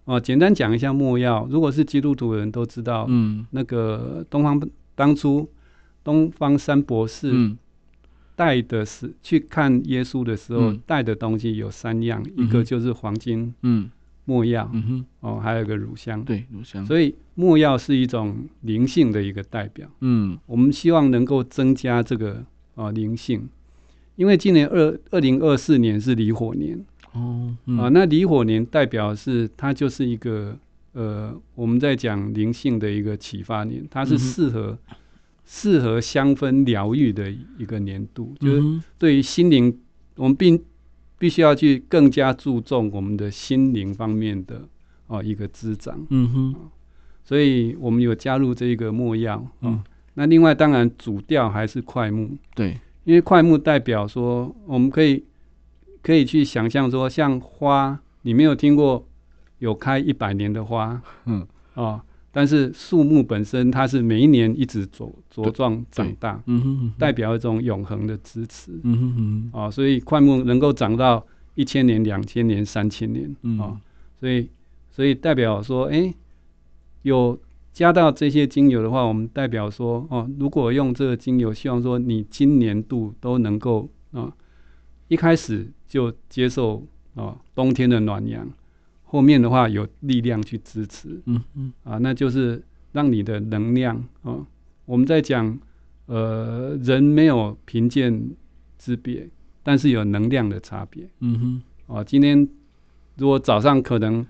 Speaker 3: 哦，简单讲一下墨药，如果是基督徒的人都知道，
Speaker 1: 嗯
Speaker 3: 那个东方当初东方三博士
Speaker 1: 嗯
Speaker 3: 带的是、去看耶稣的时候
Speaker 1: 嗯
Speaker 3: 带的东西有三样，一
Speaker 1: 嗯
Speaker 3: 个
Speaker 1: 哼
Speaker 3: 就是黄金、
Speaker 1: 嗯
Speaker 3: 墨药，
Speaker 1: 嗯哼
Speaker 3: 哦，还有一个乳香。
Speaker 1: 对乳香
Speaker 3: 所以墨药是一种灵性的一个代表。
Speaker 1: 嗯
Speaker 3: 我们希望能够增加这个啊灵性，因为今年二二零二四年是离火年
Speaker 1: 哦
Speaker 3: 啊、
Speaker 1: 嗯
Speaker 3: 那离火年代表是它就是一个呃，我们在讲灵性的一个启发年，它
Speaker 1: 嗯
Speaker 3: 是
Speaker 1: 哼
Speaker 3: 适合、适合香氛疗愈的一个年度，就是
Speaker 1: 嗯哼
Speaker 3: 对于心灵，我们并必须要去更加注重我们的心灵方面的啊、一个滋长。
Speaker 1: 嗯哼
Speaker 3: 所以我们有加入这个墨药啊、
Speaker 1: 嗯
Speaker 3: 那另外当然主调还是快木，
Speaker 1: 对
Speaker 3: 因为快木代表说我们可以可以去想象说，像花，你没有听过有开一百年的花
Speaker 1: 嗯
Speaker 3: 哦，但是树木本身它是每一年一直茁茁壮长大，
Speaker 1: 嗯哼嗯哼
Speaker 3: 代表一种永恒的支持
Speaker 1: 嗯哼嗯哼
Speaker 3: 啊、哦，所以快木能够长到一千年、两千年、三千年啊、
Speaker 1: 嗯
Speaker 3: 哦所以所以代表说，哎、有加到这些精油的话，我们代表说，哦，如果用这个精油，希望说你今年度都能够啊、一开始就接受啊、冬天的暖阳，后面的话有力量去支持
Speaker 1: 嗯嗯
Speaker 3: 啊，那就是让你的能量啊、我们在讲，呃，人没有贫贱之别，但是有能量的差别。
Speaker 1: 嗯哼
Speaker 3: 哦，今天如果早上可能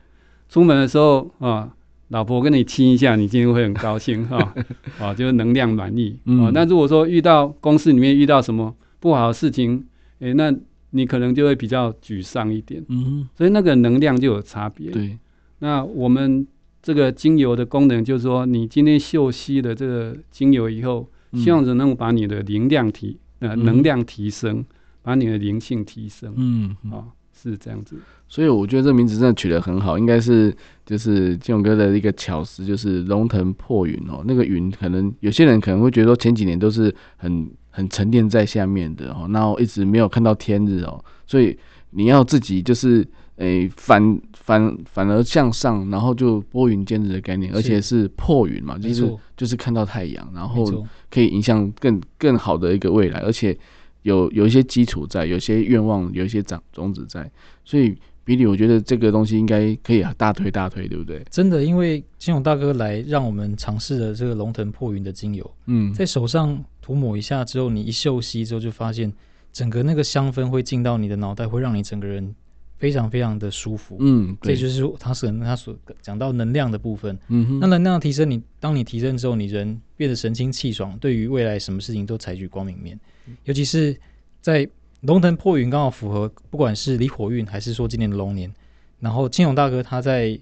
Speaker 3: 出门的时候啊，老婆跟你亲一下，你今天会很高兴哈啊、就是能量满意啊、
Speaker 1: 嗯
Speaker 3: 那如果说遇到公司里面遇到什么不好的事情，诶、那你可能就会比较沮丧一点，
Speaker 1: 嗯哼
Speaker 3: 所以那个能量就有差别。
Speaker 1: 对
Speaker 3: 那我们这个精油的功能就是说，你今天嗅吸了这个精油以后，
Speaker 1: 嗯
Speaker 3: 希望能够把你的能量提呃
Speaker 1: 嗯
Speaker 3: 能量提升，把你的灵性提升啊、
Speaker 1: 嗯嗯
Speaker 3: 是这样子。
Speaker 1: 所以我觉得这名字真的取得很好，应该是就是金勇哥的一个巧思，就是龙腾破云哦。那个云可能有些人可能会觉得说前几年都是很很沉淀在下面的哦，然后一直没有看到天日哦，所以你要自己就是诶、反反反而向上，然后就拨云见日的概念，
Speaker 2: 是
Speaker 1: 而且是破云嘛，就
Speaker 2: 没
Speaker 1: 是
Speaker 2: 错
Speaker 1: 就是看到太阳，然
Speaker 2: 没
Speaker 1: 后
Speaker 2: 错，
Speaker 1: 可以影响更更好的一个未来，而且有有一些基础在，有些愿望，有一些长种子在，所以比利，我觉得这个东西应该可以大推大推，对不对？
Speaker 2: 真的，因为金勇大哥来让我们尝试了这个龙腾破云的精油，
Speaker 1: 嗯，
Speaker 2: 在手上涂抹一下之后，你一嗅吸之后就发现，整个那个香氛会进到你的脑袋，会让你整个人非常非常的舒服。
Speaker 1: 嗯，
Speaker 2: 这
Speaker 1: 对，
Speaker 2: 就是他是他所讲到能量的部分。
Speaker 1: 嗯哼，
Speaker 2: 那能量提升你，当你提升之后，你人变得神清气爽，对于未来什么事情都采取光明面。尤其是在龙腾破云，刚好符合不管是离火运还是说今年的龙年。然后金勇大哥他在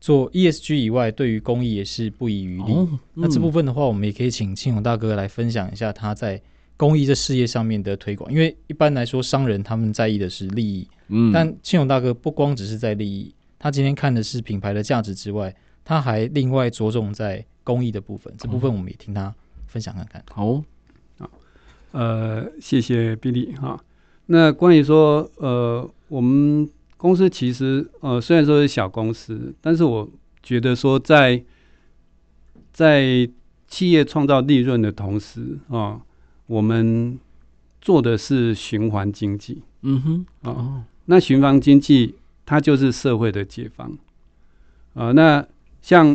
Speaker 2: 做 ESG 以外，对于公益也是不遗余力。
Speaker 1: 哦，
Speaker 2: 那
Speaker 1: 嗯
Speaker 2: 这部分的话，我们也可以请庆勇大哥来分享一下他在公益这事业上面的推广，因为一般来说商人他们在意的是利益，
Speaker 1: 嗯，
Speaker 2: 但庆勇大哥不光只是在利益，他今天看的是品牌的价值之外，他还另外着重在公益的部分，这部分我们也听他分享看看。
Speaker 1: 好哦，
Speaker 3: 呃，谢谢比利哈。那关于说，呃，我们公司其实呃，虽然说是小公司，但是我觉得说在在企业创造利润的同时啊、我们做的是循环经济。
Speaker 1: 嗯哼，
Speaker 3: 哦
Speaker 1: 哦，
Speaker 3: 那循环经济它就是社会的解放啊、那像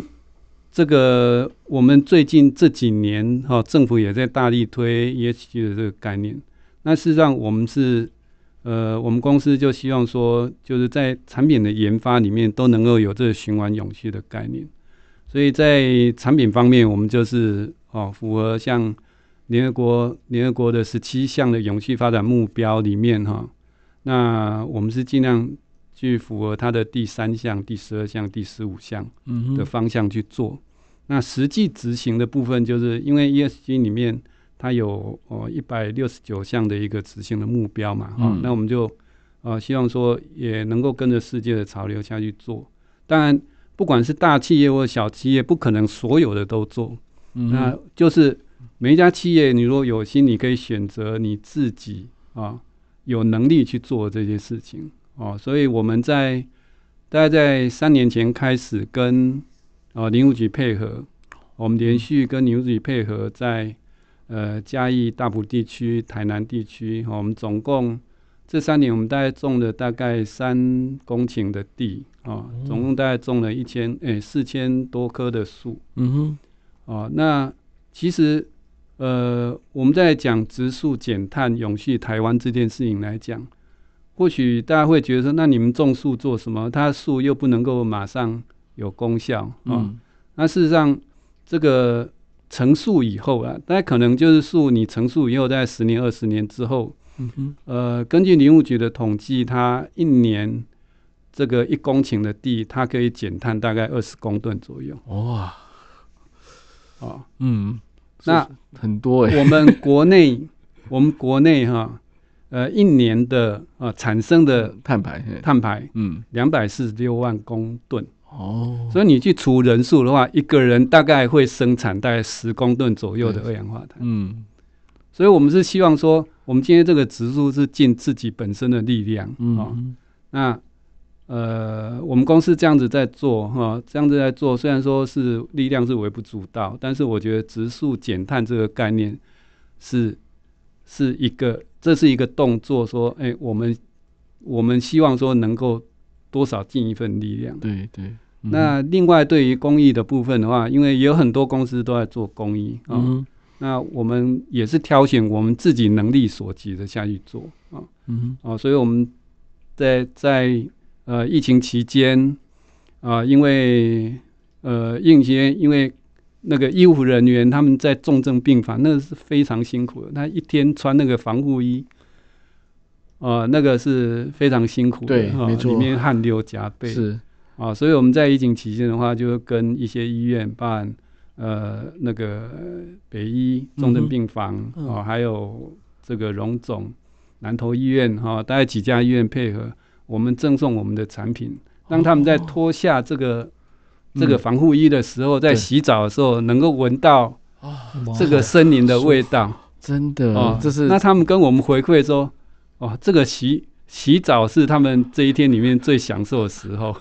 Speaker 3: 这个，我们最近这几年哈、政府也在大力推 ESG 的这个概念。那事实上，我们是呃，我们公司就希望说，就是在产品的研发里面都能够有这个循环永续的概念。所以在产品方面，我们就是哦，符合像联合国联合国的十七项的永续发展目标里面哈、那我们是尽量去符合它的第三项、第十二项、第十五项
Speaker 1: 嗯哼，
Speaker 3: 的方向去做。那实际执行的部分，就是因为 ESG 里面它有哦一百六十九项的一个执行的目标嘛，哈、
Speaker 1: 嗯
Speaker 3: 那我们就呃希望说也能够跟着世界的潮流下去做。当然，不管是大企业或小企业，不可能所有的都做，
Speaker 1: 嗯哼
Speaker 3: 那就是每一家企业，你如果有心，你可以选择你自己啊有能力去做这些事情哦。所以我们在大概在三年前开始跟啊林务局配合，我们连续跟林务局配合在呃嘉义、大埔地区、台南地区，哦我们总共。这三年我们大概种了大概三公顷的地啊、总共大概种了一千诶四千多棵的树，
Speaker 1: 嗯哼，
Speaker 3: 哦，那其实呃，我们在讲植树减碳、永续台湾这件事情来讲，或许大家会觉得说，那你们种树做什么？它树又不能够马上有功效啊、哦
Speaker 1: 嗯
Speaker 3: 那事实上，这个成树以后啊，那可能就是树你成树以后，在十年、二十年之后，
Speaker 1: 嗯哼，
Speaker 3: 呃，根据林务局的统计，它一年这个一公顷的地，它可以减碳大概二十公吨左右
Speaker 1: 哇，
Speaker 3: 啊。哦
Speaker 1: 嗯，
Speaker 3: 那
Speaker 1: 很多哎，
Speaker 3: 我们国内， 我们国内哈、呃，一年的呃产生的
Speaker 1: 碳排，嘿
Speaker 3: 碳排
Speaker 1: 嗯，
Speaker 3: 两百四十六万公吨，
Speaker 1: 哦，
Speaker 3: 所以你去除人数的话，一个人大概会生产大概十公吨左右的二氧化碳。
Speaker 1: 嗯
Speaker 3: 所以我们是希望说，我们今天这个植树是尽自己本身的力量啊、
Speaker 1: 嗯
Speaker 3: 哦
Speaker 1: 哼，
Speaker 3: 那呃，我们公司这样子在做哈、这样子在做，虽然说是力量是微不足道，但是我觉得植树减碳这个概念是是一个，这是一个动作说，哎、我们我们希望说能够多少尽一份力量。
Speaker 1: 对对，嗯哼
Speaker 3: 那哦另外对于公益的部分的话，因为也有很多公司都在做公益啊、
Speaker 1: 嗯哼
Speaker 3: 那我们也是挑选我们自己能力所及的下去做啊。
Speaker 1: 嗯哼，
Speaker 3: 哦，所以我们在在呃疫情期间啊、因为呃应接因为那个医护人员他们在重症病房，那是非常辛苦的，他一天穿那个防护衣。啊、那个是非常辛苦的，
Speaker 1: 对
Speaker 3: 啊
Speaker 1: 没错
Speaker 3: 里面汗流浃背
Speaker 1: 是，
Speaker 3: 啊，所以我们在疫情期间的话，就跟一些医院办，呃，那个北医重
Speaker 1: 嗯
Speaker 3: 症
Speaker 1: 哼
Speaker 3: 病房啊、
Speaker 1: 嗯
Speaker 3: 还有这个荣总、南投医院哈、大概几家医院配合，我们赠送我们的产品，让他们在
Speaker 1: 哦
Speaker 3: 脱下这个、
Speaker 1: 嗯
Speaker 3: 这个防护衣的时候，在
Speaker 1: 对
Speaker 3: 洗澡的时候，能够闻到
Speaker 1: 啊，
Speaker 2: 哇
Speaker 3: 这个森林的味道
Speaker 1: 真的，
Speaker 3: 哦，
Speaker 1: 这是
Speaker 3: 那他们跟我们回馈说，哦，这个洗洗澡是他们这一天里面最享受的时候。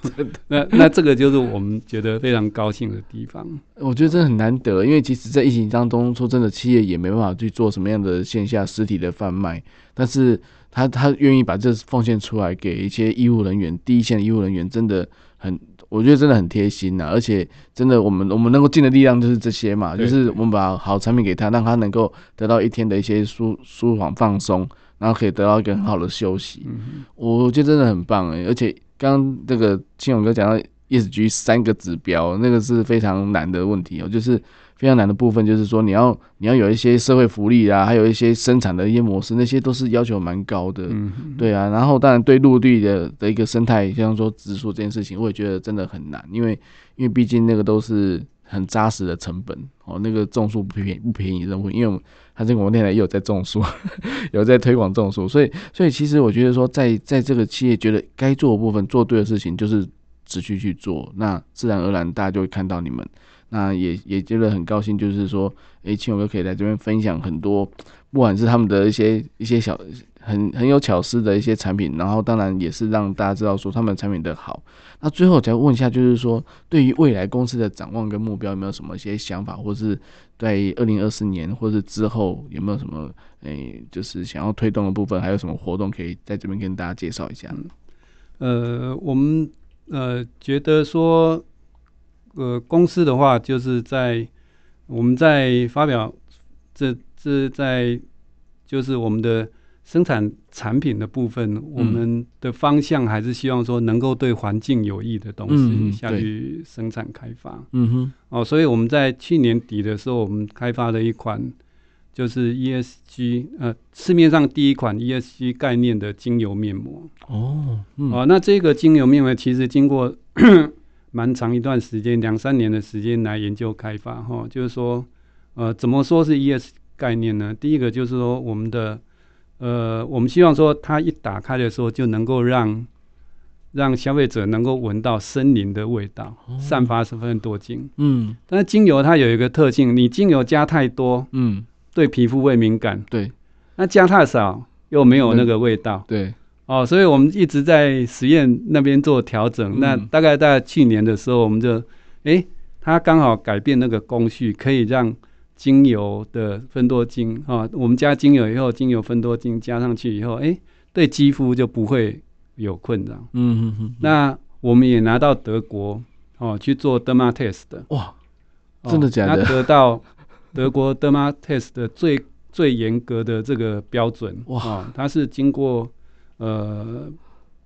Speaker 3: 那那这个就是我们觉得非常高兴的地方。
Speaker 1: 我觉得这很难得，因为其实，在疫情当中，说真的，企业也没办法去做什么样的线下实体的贩卖，但是他他愿意把这奉献出来给一些医务人员，第一线的医务人员真的很，我觉得真的很贴心呐、啊而且真的，我们我们能够尽的力量就是这些嘛，就
Speaker 3: 对
Speaker 1: 是我们把好产品给他，让他能够得到一天的一些舒舒缓放松，然后可以得到一个很好的休息。
Speaker 3: 嗯，
Speaker 1: 我觉得真的很棒哎，而且刚刚那，E 个青勇哥讲到 ESG 三个指标，那个是非常难的问题哦，就是非常难的部分，就是说你要你要有一些社会福利啊，还有一些生产的一些模式，那些都是要求蛮高的。
Speaker 3: 嗯，
Speaker 1: 对啊，然后当然对陆地的的一个生态，像说植树这件事情，我也觉得真的很难，因为因为毕竟那个都是很扎实的成本哦，那个种树不便不便宜的任务，因为我们它这个广电台也有在种树， 有在推广种树，所以所以其实我觉得说在在这个企业觉得该做的部分做对的事情，就是持续去做，那自然而然大家就会看到你们。那也也觉得很高兴，就是说，诶、庆友哥可以来这边分享很多，不管是他们的一些一些小很很有巧思的一些产品，然后当然也是让大家知道说他们产品的好。那最后我再问一下，就是说对于未来公司的展望跟目标有没有什么一些想法，或是在二零二四年或是之后有没有什么诶、就是想要推动的部分，还有什么活动可以在这边跟大家介绍一下？
Speaker 3: 嗯呃，我们呃觉得说，呃，公司的话就是在我们在发表这这在就是我们的生产产品的部分，我们的方向还是希望说能够对环境有益的东
Speaker 1: 嗯
Speaker 3: 西
Speaker 1: 嗯
Speaker 3: 下
Speaker 1: 对
Speaker 3: 去生产开发。
Speaker 1: 嗯哼，
Speaker 3: 哦，所以我们在去年底的时候，我们开发了一款就是 ESG 呃市面上第一款 ESG 概念的精油面膜。
Speaker 1: 哦，嗯，
Speaker 3: 哦，那这个精油面膜其实经过 蛮长一段时间，两三年的时间来研究开发哈、就是说，呃，怎么说是 ES 概念呢？第一个就是说我们的，呃，我们希望说它一打开的时候就能够让让消费者能够闻到森林的味道，散发十分多精。
Speaker 1: 嗯
Speaker 3: 但是精油它有一个特性，你精油加太多
Speaker 1: 嗯，
Speaker 3: 对皮肤会敏感，
Speaker 1: 对
Speaker 3: 那加太少又没有那个味道。
Speaker 1: 对，
Speaker 3: 哦，所以我们一直在实验那边做调整。
Speaker 1: 嗯
Speaker 3: 那大概在去年的时候，我们就，诶，它刚好改变那个工序，可以让精油的分多精啊，我们加精油以后，精油分多精加上去以后，诶，对肌肤就不会有困扰。
Speaker 1: 嗯嗯嗯，
Speaker 3: 那我们也拿到德国哦去做 derma test 的，
Speaker 1: 哇，
Speaker 3: 哦
Speaker 1: 真的假的
Speaker 3: 那得到德国 derma test 的最最严格的这个标准
Speaker 1: 哇
Speaker 3: 哦它是经过呃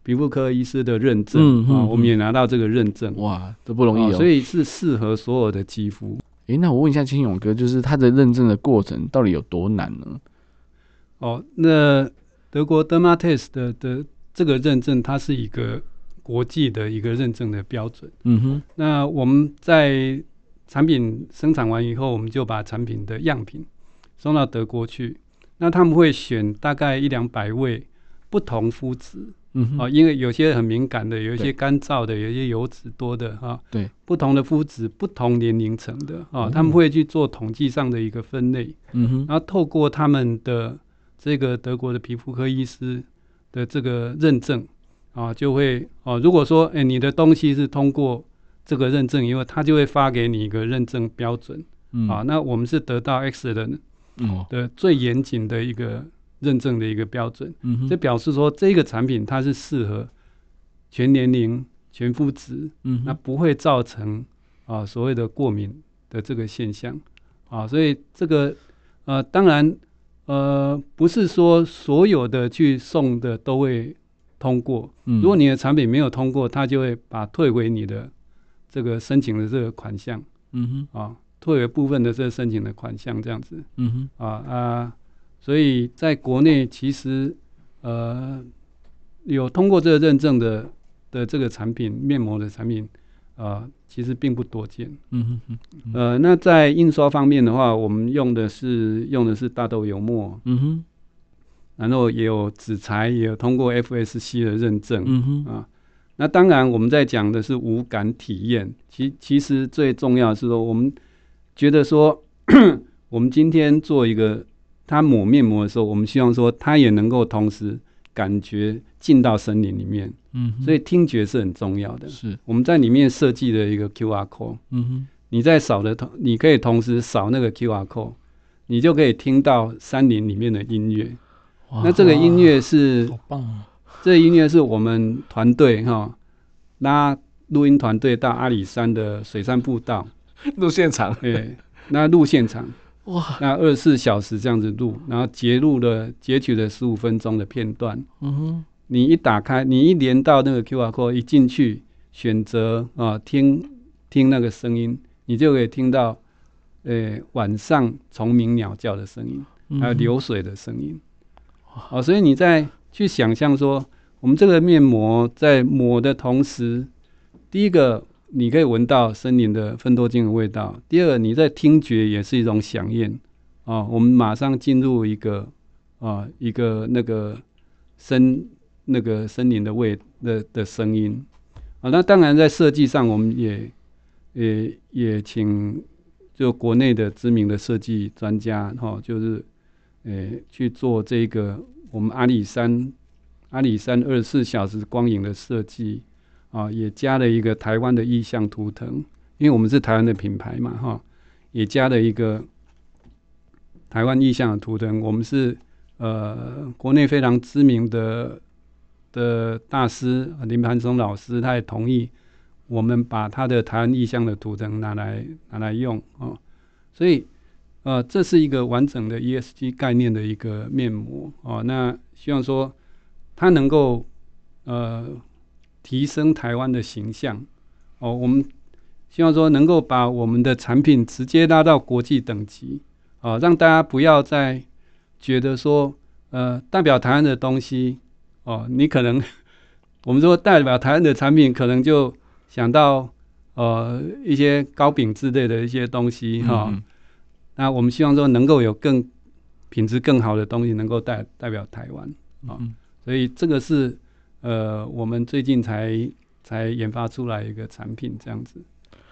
Speaker 3: 皮肤科医师的认证
Speaker 1: 嗯
Speaker 3: 啊、
Speaker 1: 嗯
Speaker 3: 我们也拿到这个认证，
Speaker 1: 哇，这不容易哦。
Speaker 3: 所以是适合所有的肌肤。
Speaker 1: 诶，那我问一下青勇哥，就是他的认证的过程到底有多难呢？
Speaker 3: 哦，那德国 derma test 的的这个认证，它是一个国际的一个认证的标准。
Speaker 1: 嗯哼，
Speaker 3: 那我们在产品生产完以后，我们就把产品的样品送到德国去。那他们会选大概一两百位不同肤质
Speaker 1: 嗯哼，
Speaker 3: 啊，因为有些很敏感的，有一
Speaker 1: 对
Speaker 3: 些干燥的，有一些油脂多的哈、啊。
Speaker 1: 对，
Speaker 3: 不同的肤质、不同年龄层的啊
Speaker 1: 哦，
Speaker 3: 他们会去做统计上的一个分类，
Speaker 1: 嗯哼，
Speaker 3: 然后透过他们的这个德国的皮肤科医师的这个认证啊，就会哦、如果说哎、诶你的东西是通过这个认证以后，他就会发给你一个认证标准
Speaker 1: 嗯
Speaker 3: 啊。，那我们是得到 X 的
Speaker 1: 嗯哦，
Speaker 3: 的最严谨的一个认证的一个标准，
Speaker 1: 嗯哼，
Speaker 3: 这表示说这个产品它是适合全年龄、全肤质，
Speaker 1: 嗯
Speaker 3: 那
Speaker 1: 哼，
Speaker 3: 不会造成啊所谓的过敏的这个现象啊，所以这个呃，当然呃，不是说所有的去送的都会通过，
Speaker 1: 嗯
Speaker 3: 如果你的产品没有通过，它就会把退回你的这个申请的这个款项
Speaker 1: 嗯哼，
Speaker 3: 啊，退回部分的这个申请的款项这样子
Speaker 1: 嗯哼，
Speaker 3: 啊啊，所以在国内其实呃有通过这个认证的的这个产品面膜的产品，啊，其实并不多见。
Speaker 1: 嗯哼，嗯
Speaker 3: 呃，那在印刷方面的话，我们用的是用的是大豆油墨，
Speaker 1: 嗯哼，
Speaker 3: 然后也有纸材，也有通过 FSC 的认证。
Speaker 1: 嗯哼，
Speaker 3: 啊。那当然，我们在讲的是无感体验，其其实最重要的是说，我们觉得说， 我们今天做一个他抹面膜的时候，我们希望说他也能够同时感觉进到森林里面，
Speaker 1: 嗯哼，
Speaker 3: 所以听觉是很重要的。
Speaker 1: 是，
Speaker 3: 我们在里面设计了一个 QR code，
Speaker 1: 嗯哼，
Speaker 3: 你在扫的同，你可以同时扫那个 QR code，你就可以听到山林里面的音乐。
Speaker 1: 哇
Speaker 3: 那这个音乐是
Speaker 2: 好棒 啊！
Speaker 3: 这音乐是我们团队哈拉录音团队到阿里山的水山步道，
Speaker 1: 录现场，
Speaker 3: 对，那录现场，
Speaker 1: 哇，
Speaker 3: 那二十四小时这样子录，然后截录了截取了十五分钟的片段。
Speaker 1: 嗯哼，
Speaker 3: 你一打开，你一连到那个 QR code，一进去选择啊听听那个声音，你就可以听到呃晚上虫鸣鸟叫的声音，
Speaker 1: 嗯
Speaker 3: 还有流水的声音。哦，所以你在去想象说，我们这个面膜在抹的同时，第一个你可以闻到森林的芬多精的味道，第二个你在听觉也是一种响应。哦，我们马上进入一个啊、一个那个森那个森林的味的的声音啊。那当然在设计上，我们也也也请就国内的知名的设计专家哈、哦，就是呃去做这个我们阿里山阿里山二十四小时光影的设计啊，也加了一个台湾的意象图腾，因为我们是台湾的品牌嘛哈、也加了一个台湾意象的图腾，我们是呃国内非常知名的的大师呃林盘松老师，他也同意我们把他的台湾意象的图腾拿来拿来用哦，所以呃这是一个完整的 ESG 概念的一个面膜哦，那希望说它能够呃提升台湾的形象哦，我们希望说能够把我们的产品直接拉到国际等级。啊，让大家不要再觉得说，呃，代表台湾的东西，哦，你可能 我们说代表台湾的产品，可能就想到呃一些糕饼之类的一些东西哈、
Speaker 1: 嗯
Speaker 3: 那我们希望说能够有更品质更好的东西能够代代表台湾，啊
Speaker 1: 嗯
Speaker 3: 所以这个是呃我们最近才才研发出来一个产品这样子。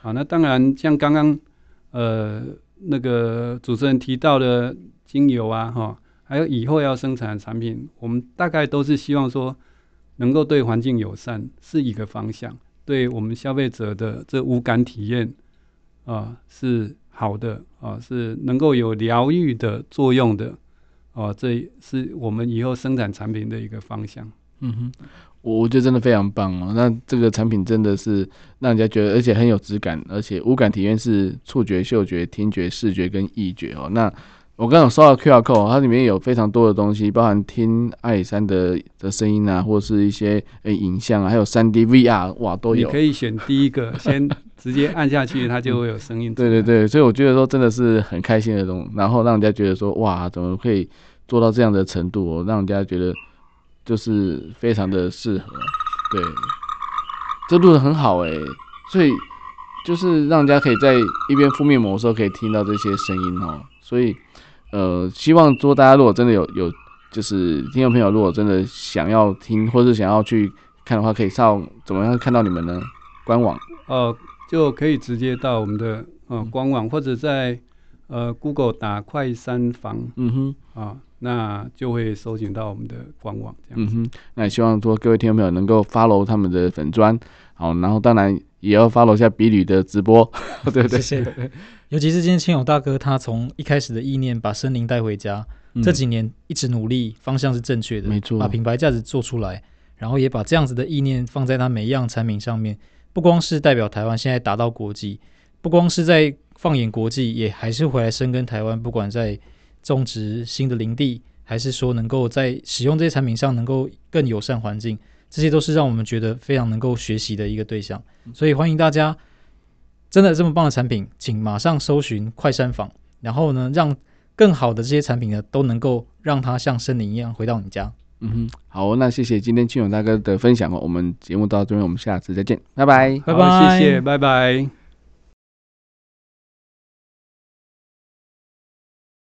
Speaker 3: 好，那当然像刚刚呃那个主持人提到的精油啊，哈，还有以后要生产的产品，我们大概都是希望说能够对环境友善是一个方向，对我们消费者的这无感体验啊、是好的啊、是能够有疗愈的作用的哦、这是我们以后生产产品的一个方向。
Speaker 1: 嗯哼，我我觉得真的非常棒哦。那这个产品真的是让人家觉得，而且很有质感，而且五感体验是触觉、嗅觉、听觉、视觉跟意觉哦。那我刚刚有收到 QR code，哦它里面有非常多的东西，包含听阿里山的的声音啊，或是一些呃影像啊，还有三 D VR，哇，都
Speaker 3: 你
Speaker 1: 有。
Speaker 3: 可以选第一个，先直接按下去，它就会有声音。
Speaker 1: 对对，对，所以我觉得说真的是很开心的东西，然后让人家觉得说哇，怎么可以做到这样的程度、哦，让人家觉得就是非常的适合。对，这录的很好哎、所以就是让人家可以在一边敷面膜的时候可以听到这些声音哦。所以呃，希望说大家如果真的有有就是听众朋友，如果真的想要听或是想要去看的话，可以上怎么样看到你们呢？官网。
Speaker 3: 呃，就可以直接到我们的呃官网，或者在呃 Google 打快三房
Speaker 1: 嗯哼。
Speaker 3: 啊，那就会搜寻到我们的官网这样
Speaker 1: 嗯
Speaker 3: 子。
Speaker 1: 哼，那也希望说各位听众朋友能够 follow 他们的粉砖，好，然后当然也要 follow 一下比吕的直播，对不对
Speaker 2: 谢？谢。尤其是今天青勇大哥，他从一开始的意念把森林带回家，
Speaker 1: 嗯
Speaker 2: 这几年一直努力，方向是正确的，
Speaker 1: 没错
Speaker 2: 把品牌价值做出来，然后也把这样子的意念放在他每一样产品上面，不光是代表台湾，现在达到国际，不光是在放眼国际，也还是回来深耕台湾，不管在种植新的林地，还是说能够在使用这些产品上能够更友善环境，这些都是让我们觉得非常能够学习的一个对象，所以欢迎大家。真的这么棒的产品，请马上搜寻快山坊，然后呢，让更好的这些产品呢，都能够让它像森林一样回到你家。
Speaker 1: 嗯哼，好，那谢谢今天青勇大哥的分享哦，我们节目到这边，我们下次再见，拜拜。
Speaker 2: 拜
Speaker 3: 好
Speaker 2: 拜，
Speaker 3: 谢谢，拜拜。